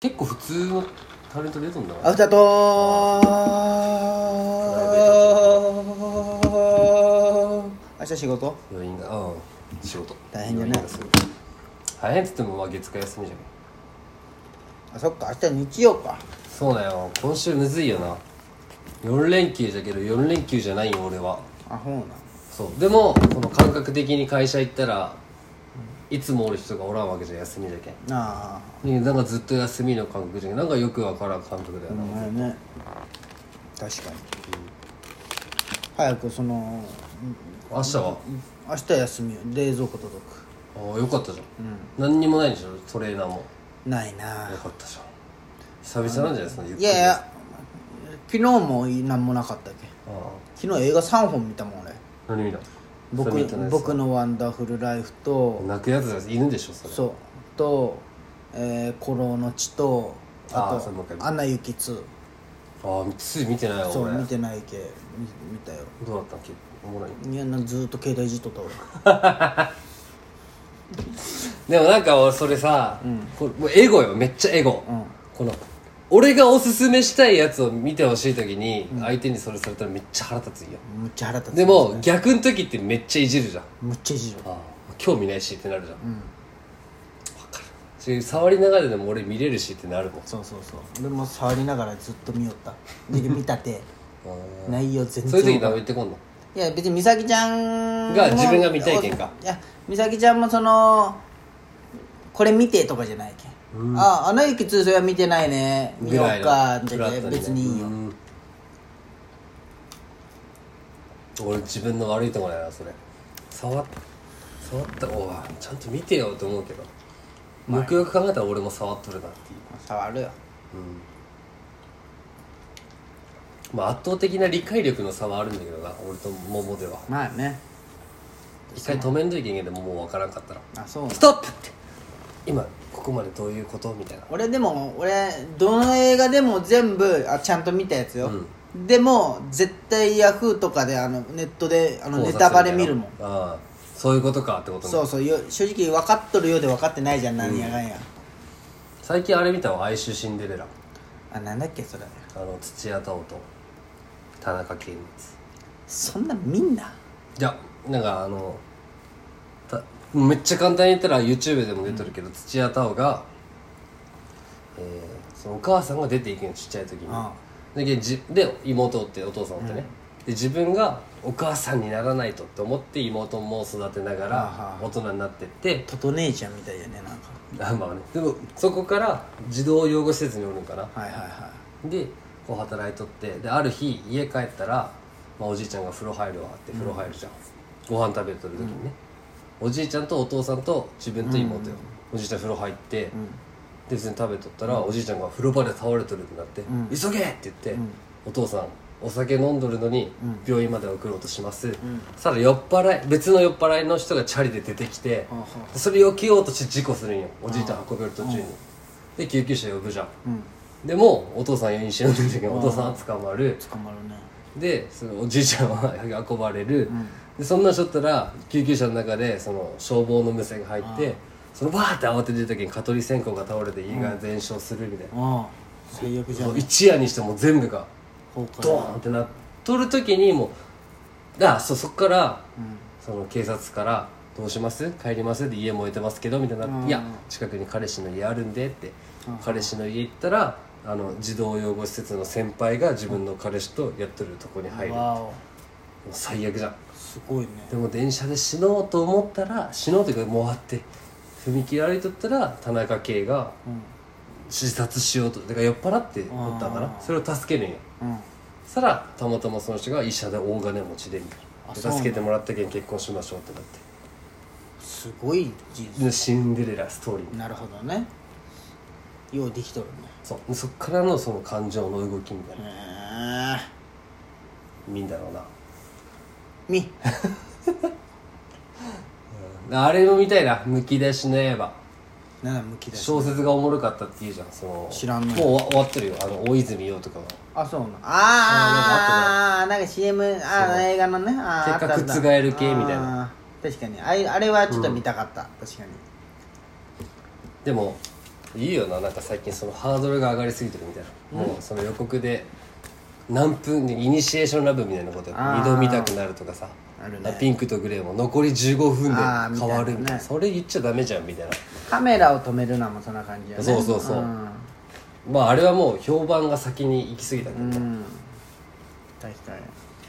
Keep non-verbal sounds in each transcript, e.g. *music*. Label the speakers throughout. Speaker 1: 結構普通のタレント出てんだ
Speaker 2: アフタートーク明日仕事
Speaker 1: 余韻がうん仕事
Speaker 2: 大変じゃな
Speaker 1: 余
Speaker 2: い
Speaker 1: 韻がすごい大変っつってもまあ月火休みじゃん
Speaker 2: あそっか明日日曜か
Speaker 1: そうだよ今週むずいよな4連休じゃけど4連休じゃないよ俺は
Speaker 2: あほうな
Speaker 1: そうでもその感覚的に会社行ったらいつもおる人がおらんわけじゃん休みじゃけん
Speaker 2: あ
Speaker 1: ねなんかずっと休みの感覚じゃけんなんかよくわからん感覚だよ
Speaker 2: あお
Speaker 1: な、
Speaker 2: 前ね確かに早くその
Speaker 1: 明日は
Speaker 2: 明日休みよ冷蔵庫届く
Speaker 1: ああよかったじゃん、何にもないんでしょトレーナーも
Speaker 2: ないな
Speaker 1: よかったじゃん久々なんじゃないですかゆっく
Speaker 2: い
Speaker 1: り
Speaker 2: やいや昨日も何もなかったっけ
Speaker 1: ああ
Speaker 2: 昨日映画3本見たもん俺
Speaker 1: 何見たそれ見た
Speaker 2: 僕
Speaker 1: ね
Speaker 2: 僕のワンダフルライフと
Speaker 1: 泣くやつがいるんでしょそれ
Speaker 2: そうと「えー、古老の地」と
Speaker 1: あー
Speaker 2: あ
Speaker 1: それもう一回見
Speaker 2: と「
Speaker 1: た
Speaker 2: アナ雪2」
Speaker 1: ああつい見てないわ
Speaker 2: そう
Speaker 1: 俺
Speaker 2: 見てないけ見見たよ
Speaker 1: どうだったっけおもろい
Speaker 2: いやなずーっと携帯いじっとった俺
Speaker 1: でもなんか俺それさ、これもうエゴよめっちゃエゴ、
Speaker 2: ん
Speaker 1: この俺がおすすめしたいやつを見てほしい時に、相手にそれされたらめっちゃ腹立つんよ
Speaker 2: むっちゃ腹立つ
Speaker 1: でも逆の時ってめっちゃいじるじゃん
Speaker 2: むっちゃいじる
Speaker 1: ああ興味ないしってなるじゃん、わかるし触りながらでも俺見れるしってなるもん
Speaker 2: そうそうそう俺も触りながらずっと見よったで見た
Speaker 1: *laughs*
Speaker 2: て内容全
Speaker 1: そういう時
Speaker 2: 然
Speaker 1: 何も言ってこんの
Speaker 2: いや別に美咲ちゃん
Speaker 1: が自分が見たいけんか
Speaker 2: いや美咲ちゃんもそのこれ見てとかじゃないけん、ああアナ雪2それは見てないね見
Speaker 1: ぐ
Speaker 2: よ
Speaker 1: ら
Speaker 2: う
Speaker 1: い
Speaker 2: か
Speaker 1: の
Speaker 2: って
Speaker 1: フラットにね
Speaker 2: 別にいいよ、
Speaker 1: うん俺自分の悪いとこだよなそれ触っ触ったおいちゃんと見てよって思うけどよくよく考えたら俺も触っとるなってい
Speaker 2: 触るよ
Speaker 1: う、まあ、圧倒的な理解力の差はあるんだけどな俺とモモでは
Speaker 2: まあね
Speaker 1: 一回止めんといけんけどもう分からんかったら
Speaker 2: あそうな
Speaker 1: ストップって今ここまでどういうことみたいな
Speaker 2: 俺でも俺どの映画でも全部あちゃんと見たやつよ、でも絶対ヤフーとかであのネットであのネタバレ見るもん
Speaker 1: ああそういうことかってことね
Speaker 2: そうそうよ正直分かっとるようで分かってないじゃん何やがんや、
Speaker 1: 最近あれ見たわ「哀愁シンデレラ」
Speaker 2: あなんだっけそれ
Speaker 1: あの土屋太鳳と田中圭のやつ
Speaker 2: そんなみんない
Speaker 1: やなんかあのためっちゃ簡単に言ったら YouTube でも出てるけど、土屋太鳳が、えーそのお母さんが出ていくのちっちゃい時に
Speaker 2: あ
Speaker 1: だけどじで妹ってお父さんおってね、で自分がお母さんにならないとって思って妹も育てながら
Speaker 2: ああ
Speaker 1: 大人になってって
Speaker 2: トト姉ちゃんみたいだよねなんか
Speaker 1: あ *laughs* まあねでもそこから児童養護施設におるんかな
Speaker 2: はいはいはい
Speaker 1: でこう働いとってである日家帰ったら、まあ、おじいちゃんが風呂入るわって風呂入るじゃん、ご飯食べとる時にね、おじいちゃんとお父さんと自分と妹よ、おじいちゃん風呂入って、で別に食べとったら、おじいちゃんが風呂場で倒れとるってなって「急げ!」って言って、お父さんお酒飲んどるのに病院まで送ろうとします、さら酔っ払い別の酔っ払いの人がチャリで出てきて、
Speaker 2: は
Speaker 1: それ避けようとして事故するんよおじいちゃん運べる途中に、で救急車呼ぶじゃん、でもお父さん余韻しのんでる時にお父さんは捕まる
Speaker 2: 捕まるね
Speaker 1: でそのおじいちゃんは運ばれる、でそんなしょったら救急車の中でその消防の無線が入ってそのバーって慌ててる時に蚊取り線香が倒れて家が全焼するみたいな、
Speaker 2: ああ最悪じゃ
Speaker 1: そうん一夜にしてもう全部が
Speaker 2: 崩壊
Speaker 1: ドーンってなっとる時にもうだそうそっから、その警察から「どうします帰ります?」で家燃えてますけど」みたいな「いや近くに彼氏の家あるんで」って、彼氏の家行ったらあの児童養護施設の先輩が自分の彼氏とやっとるとこに入る、もう
Speaker 2: わお
Speaker 1: 最悪じゃん
Speaker 2: すごいね
Speaker 1: でも電車で死のうと思ったら死のうというかもうあって踏切歩いとったら田中圭が自殺しようとだから酔っ払っておったからそれを助けるんや
Speaker 2: うん
Speaker 1: そしたらたまたまその人が医者で大金持ちでみたいな
Speaker 2: あ
Speaker 1: で
Speaker 2: そうなん
Speaker 1: 助けてもらったけん結婚しましょうってなっ
Speaker 2: すごい人
Speaker 1: てでシンデレラストーリー
Speaker 2: なるほどねようできとるね
Speaker 1: そうでそっからのその感情の動きみたいな
Speaker 2: へえ
Speaker 1: 見んだろうな
Speaker 2: み
Speaker 1: うんあれも見たいな「むき出しの刃
Speaker 2: なんだむき」出し
Speaker 1: 小説がおもろかったって言うじゃんその
Speaker 2: 知らん
Speaker 1: も
Speaker 2: ね
Speaker 1: う終わ終わってるよあの大泉洋とかが
Speaker 2: あそうなあーあなんか CM あー映画のねあーあったあった
Speaker 1: 結果覆る系みたいな
Speaker 2: あー確かにあいあれはちょっと見たかった、確かに
Speaker 1: でもいいよななんか最近そのハードルが上がりすぎてるみたいな、もうその予告で何分でイニシエーションラブみたいなこと
Speaker 2: あー
Speaker 1: 二度見たくなるとかさ
Speaker 2: あるね
Speaker 1: ピンクとグレーも残り15分で
Speaker 2: あーみ
Speaker 1: 変
Speaker 2: たいなね
Speaker 1: わるみたいなそれ言っちゃダメじゃんみたいな
Speaker 2: カメラを止めるのもそんな感じよね
Speaker 1: そうそうそうんまああれはもう評判が先に行き過ぎたけど、
Speaker 2: うん確かに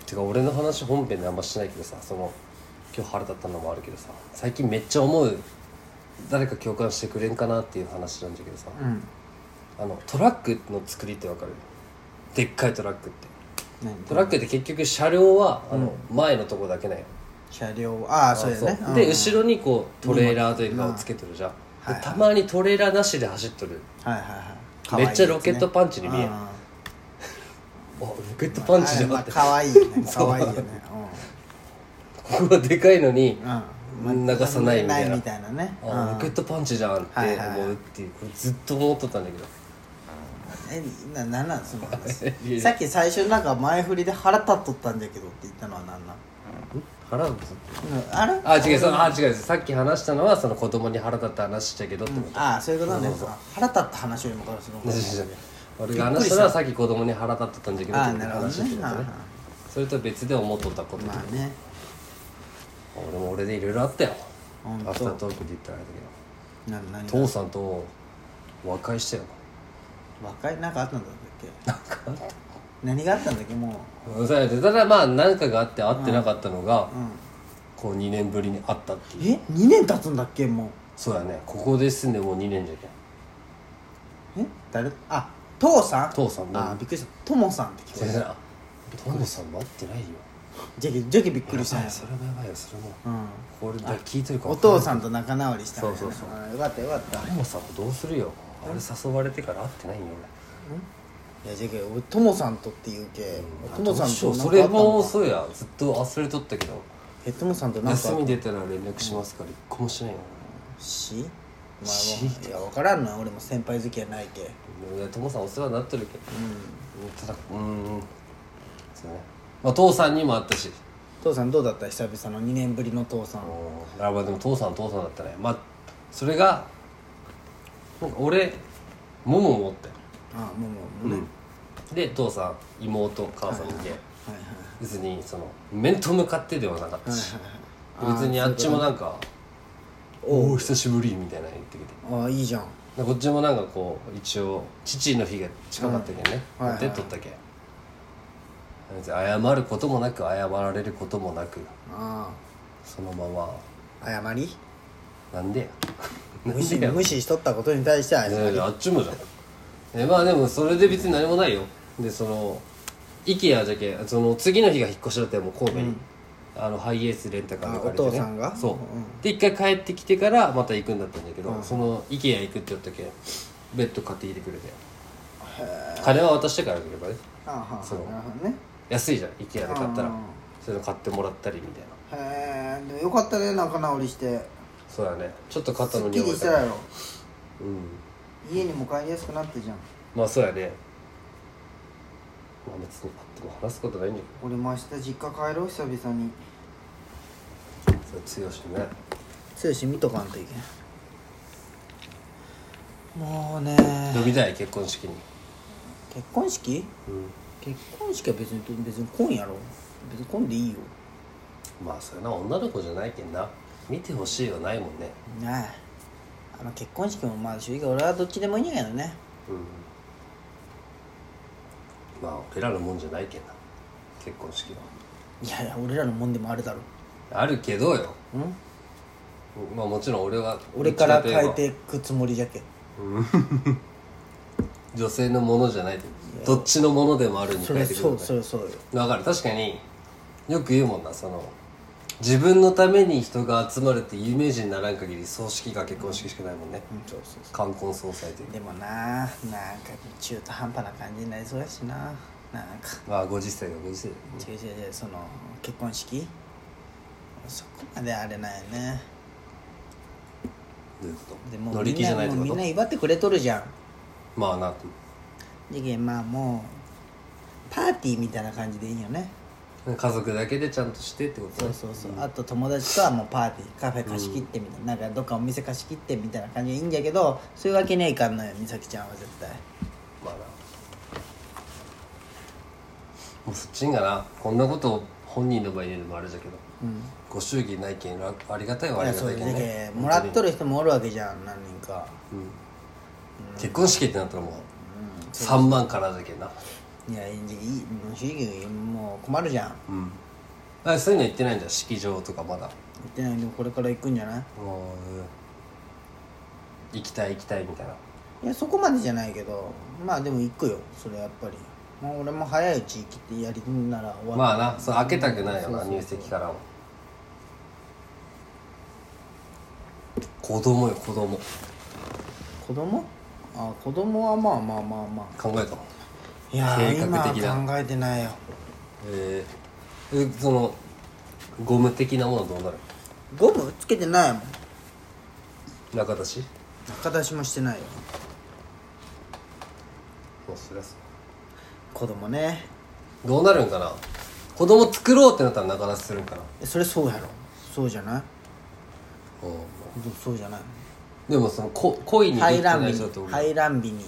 Speaker 1: てか俺の話本編であんましないけどさその今日腹立ったのもあるけどさ最近めっちゃ思う誰か共感してくれんかなっていう話なんだけどさ、
Speaker 2: うん
Speaker 1: あのトラックの作りってわかるでっかいトラックって
Speaker 2: 何
Speaker 1: トラックって結局車両は、あの前のとこだけなんよ
Speaker 2: 車両ああそうやね
Speaker 1: そう
Speaker 2: うん
Speaker 1: で後ろにこうトレーラーというかをつけてるじゃん、
Speaker 2: はいは
Speaker 1: で
Speaker 2: い
Speaker 1: たまにトレーラーなしで走っとる
Speaker 2: はいはいはい可愛い
Speaker 1: めっちゃ
Speaker 2: やつね
Speaker 1: ロケットパンチに見える
Speaker 2: うん
Speaker 1: おロケットパンチじゃ
Speaker 2: あれま
Speaker 1: な
Speaker 2: あ
Speaker 1: くて、
Speaker 2: 可愛いよ
Speaker 1: *laughs*
Speaker 2: ね可愛いよね
Speaker 1: ここがでかいのに
Speaker 2: うんうん
Speaker 1: 流さないみたいな
Speaker 2: みたいなねうん
Speaker 1: あロケットパンチじゃんって
Speaker 2: はいはいはい
Speaker 1: 思うっていうこれずっと思っとったんだけど
Speaker 2: えななんなんその
Speaker 1: いや
Speaker 2: 話さっき最初なんか前振りで腹立っとったんじゃけどって言ったのはなんなん
Speaker 1: 腹立つ
Speaker 2: うんあれ
Speaker 1: あ違うそのあ違うさっき話したのはその子供に腹立った話したけどってこと、
Speaker 2: ああそういうことね腹立った話よりもからその
Speaker 1: 話したね俺が話したのはさっき子供に腹立ってたんだけど
Speaker 2: あ
Speaker 1: っ
Speaker 2: あ
Speaker 1: て
Speaker 2: なるほど
Speaker 1: 話して
Speaker 2: ね
Speaker 1: る
Speaker 2: あ
Speaker 1: やつねそれと別で思っとったこと
Speaker 2: あまあね
Speaker 1: 俺も俺でいろいろあったよ
Speaker 2: ほんと
Speaker 1: アフタートークで言ったらあれだ
Speaker 2: な何
Speaker 1: けど
Speaker 2: が
Speaker 1: 父さんと和解したよ
Speaker 2: 若いなんかあったんだっけ
Speaker 1: なんかあった
Speaker 2: 何があったんだっけも
Speaker 1: そうやでただまあ何かがあって会ってなかったのが、
Speaker 2: ううん
Speaker 1: こう2年ぶりに会ったっていう
Speaker 2: え2年経つんだっけもう
Speaker 1: そうやねここで住んでもう2年じゃけん
Speaker 2: え誰あ父さん
Speaker 1: 父さん
Speaker 2: あびっくりしたともさんって聞こえ
Speaker 1: 先生あトムさん待ってないよ
Speaker 2: たジャキジャキびっくりした
Speaker 1: や
Speaker 2: ん
Speaker 1: ば
Speaker 2: や
Speaker 1: いそれもやばいよそれも
Speaker 2: うん
Speaker 1: これだ聞いてるか
Speaker 2: お
Speaker 1: らト
Speaker 2: 父さんと仲直りしたんやね
Speaker 1: そうそうそう
Speaker 2: あーよかったよかった
Speaker 1: ムさんとどうするよあれ誘われてから会ってないよ
Speaker 2: いやじゃけ俺ともさんとって言うけ
Speaker 1: 俺
Speaker 2: ともさ
Speaker 1: ど
Speaker 2: んと
Speaker 1: うしよう
Speaker 2: なん
Speaker 1: そ
Speaker 2: かあ
Speaker 1: れ
Speaker 2: ったの
Speaker 1: もそうやずっと忘れとったけど
Speaker 2: えともさんとなんか
Speaker 1: 休
Speaker 2: あっ
Speaker 1: み出たら連絡しますから一個もしないよ
Speaker 2: たしま
Speaker 1: し
Speaker 2: あもういや分からんな俺も先輩付き合いないけ
Speaker 1: 俺トムさんお世話になってるけど
Speaker 2: うん
Speaker 1: ただうーんそうねまあ父さんにもあったし
Speaker 2: 父さんどうだった久々の2年ぶりの父さ
Speaker 1: う
Speaker 2: ん
Speaker 1: んあまあでも父さんは父さんだったねまあそれがなんか俺もも持って
Speaker 2: ああもうもうもうね
Speaker 1: で父さん妹母さんいて
Speaker 2: はいはい
Speaker 1: 別にその面と向かってではなかったし
Speaker 2: はいはい
Speaker 1: 別にあっちもなんか「
Speaker 2: そういうこと
Speaker 1: おお久しぶり」みたいなの言ってきて
Speaker 2: ああいいじゃん
Speaker 1: でこっちもなんかこう一応父の日が近かったけどね
Speaker 2: うんはいはい
Speaker 1: 出とったけん別に謝ることもなく謝られることもなく
Speaker 2: あ
Speaker 1: そのまま
Speaker 2: あ謝り
Speaker 1: なんでや
Speaker 2: 無視無視しとったことに対して謝り
Speaker 1: ねあっちもじゃんえまあでもそれで別に何もないよでその IKEA じゃけその次の日が引っ越しだったよもう神戸に、あのハイエースレンタカーで借りて、ね、
Speaker 2: あお父さんが
Speaker 1: そう、
Speaker 2: うん
Speaker 1: で一回帰ってきてからまた行くんだったんだけど、
Speaker 2: うん
Speaker 1: その IKEA 行くって言ったけベッド買ってきてくれて金は渡してからくればね
Speaker 2: ああはあ
Speaker 1: そう
Speaker 2: なるほどね
Speaker 1: 安いじゃん IKEA で買ったら
Speaker 2: うん
Speaker 1: そういうの買ってもらったりみたいな
Speaker 2: へえでもよかったね仲直りして
Speaker 1: そうだねちょっと
Speaker 2: す
Speaker 1: 肩の
Speaker 2: っ
Speaker 1: に
Speaker 2: き
Speaker 1: お
Speaker 2: り
Speaker 1: い
Speaker 2: したや
Speaker 1: た
Speaker 2: ろ
Speaker 1: うん
Speaker 2: 家にも帰りやすくなってじゃん
Speaker 1: まあそうやねまあ別にあっても話すことないんだけど
Speaker 2: 俺も明日実家帰ろう久々に
Speaker 1: それ強しね
Speaker 2: 剛見とかんといけんもうね
Speaker 1: 飲みたい結婚式に
Speaker 2: 結婚式
Speaker 1: うん
Speaker 2: 結婚式は別に別に婚やろ別に婚でいいよ
Speaker 1: まあそれな女の子じゃないけんな見てほしいはないもんね
Speaker 2: ねえあの結婚式もまあ正直俺はどっちでもいいんやけどね
Speaker 1: うんまあ俺らのもんじゃないけんな結婚式
Speaker 2: いやいや俺らのもんでもあるだろ
Speaker 1: はあるけどよ
Speaker 2: うん
Speaker 1: まあもちろん俺は
Speaker 2: 俺から
Speaker 1: どち
Speaker 2: 変え
Speaker 1: といえ
Speaker 2: ていくつもりじゃけ
Speaker 1: ば女性のものじゃないとどっちのものでもあるに
Speaker 2: そ
Speaker 1: 変
Speaker 2: れ
Speaker 1: えてくる
Speaker 2: そ
Speaker 1: ん
Speaker 2: う
Speaker 1: だ
Speaker 2: それそうよ
Speaker 1: だから確かによく言うもんなその自分のために人が集まるって有名人にならん限り葬式か結婚式しかないもんね、
Speaker 2: うんそうそうそ
Speaker 1: 冠婚葬祭という
Speaker 2: うでもななんか中途半端な感じになりそうやしななんか
Speaker 1: まあ50歳が50歳だよ
Speaker 2: 違う違う違うその結婚式そこまであれないね
Speaker 1: どういう
Speaker 2: で
Speaker 1: こ
Speaker 2: も
Speaker 1: と乗
Speaker 2: う
Speaker 1: り
Speaker 2: み
Speaker 1: 気
Speaker 2: ん
Speaker 1: じゃ
Speaker 2: な
Speaker 1: ないって
Speaker 2: もう
Speaker 1: こ
Speaker 2: みんな
Speaker 1: と
Speaker 2: 祝ってくれとるじゃん
Speaker 1: まあな
Speaker 2: じゃけんまあもうパーティーみたいな感じでいいよね
Speaker 1: う家族だけでちゃんとしてってこと
Speaker 2: そうそうそう、あと友達とはもうパーティーカフェ貸し切ってみたいな,、なんかどっかお店貸し切ってみたいな感じでいいんだけどそういうわけにはいかんのよ美咲ちゃんは絶対
Speaker 1: まあなもうそっちんがなこんなことを本人の場合に言うのもあれだけど、ご祝儀ないけんらありがたいはあ
Speaker 2: い
Speaker 1: り
Speaker 2: や
Speaker 1: が
Speaker 2: そう
Speaker 1: たいけ
Speaker 2: いう
Speaker 1: ん
Speaker 2: だけ、
Speaker 1: ね
Speaker 2: もらっとる人もおるわけじゃん何人か
Speaker 1: 結婚式ってなったらもう、3万からだけんない
Speaker 2: やいいいいもう主義もう困るじゃん
Speaker 1: うんあそういうの言ってないんだ式場とかまだ
Speaker 2: 言ってないでもこれから行くんじゃない
Speaker 1: もう行きたい行きたいみたいない
Speaker 2: やそこまでじゃないけどまあでも行くよそれはやっぱり、まあ、俺も早いうち行ってやりなら終わる
Speaker 1: まあなそう開けたくないよな入籍からも子供よ子供
Speaker 2: 子供あ子供はまあまあまあま
Speaker 1: 考えたの
Speaker 2: あいや
Speaker 1: 計
Speaker 2: ー今
Speaker 1: 画的だ
Speaker 2: は考えてないよ
Speaker 1: えー、えそのゴム的なものどうなる
Speaker 2: ゴムつけてないもん
Speaker 1: 中出し
Speaker 2: 中出しもしてないよ
Speaker 1: そうそりゃそ
Speaker 2: 子供ね
Speaker 1: うどうなるんかな子供作ろうってなったら中出しするんかな
Speaker 2: えそれそうやろそうじゃない
Speaker 1: うん
Speaker 2: そうじゃない
Speaker 1: でもそのこ恋にでき
Speaker 2: 排
Speaker 1: て
Speaker 2: 卵
Speaker 1: な
Speaker 2: 日
Speaker 1: い人
Speaker 2: に
Speaker 1: と
Speaker 2: 排卵日に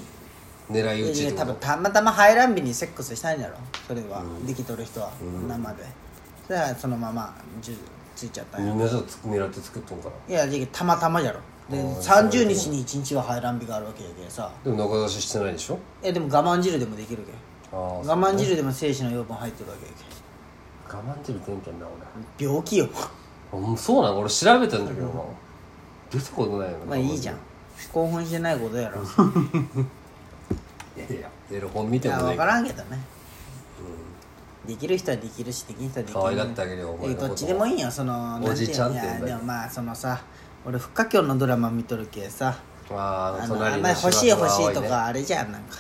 Speaker 1: 狙い撃ち
Speaker 2: い
Speaker 1: ってこ
Speaker 2: や多分
Speaker 1: と
Speaker 2: たまたま排卵日にセックスしたいんだろそれは、できとる人は、生でそれはそのままじゅついちゃったんや、
Speaker 1: みんなじゃあつ狙って作っとんかない
Speaker 2: やでたまたまじゃろで30日に1日は排卵日があるわけやけさ
Speaker 1: でも中出ししてないでしょ
Speaker 2: えでも我慢汁でもできるけ
Speaker 1: ああ
Speaker 2: 我慢汁でも精子の養分入ってるわけやけ
Speaker 1: 我慢汁出んけんな俺
Speaker 2: 病
Speaker 1: *laughs*
Speaker 2: 気よ
Speaker 1: うんそうなの俺調べたんだけどな出たことないよな
Speaker 2: まあいいじゃん興奮してないこと
Speaker 1: *laughs*
Speaker 2: やろい
Speaker 1: いやいや出る本見ても
Speaker 2: や
Speaker 1: ね
Speaker 2: 分からんけどね、できる人はできるしできん人はできん
Speaker 1: 可愛がってあげるよお前
Speaker 2: え
Speaker 1: のこと
Speaker 2: どっちでもいいよその
Speaker 1: おじちゃんって
Speaker 2: なていうのい
Speaker 1: 言
Speaker 2: や
Speaker 1: う
Speaker 2: で
Speaker 1: ん
Speaker 2: もまあそのさ俺不可教のドラマ見とるけさ
Speaker 1: ああ
Speaker 2: あのあ
Speaker 1: 隣
Speaker 2: ん
Speaker 1: の
Speaker 2: まり欲しい
Speaker 1: 芝生
Speaker 2: 欲
Speaker 1: は
Speaker 2: し
Speaker 1: 青
Speaker 2: いと
Speaker 1: ね
Speaker 2: かあれじゃんなんか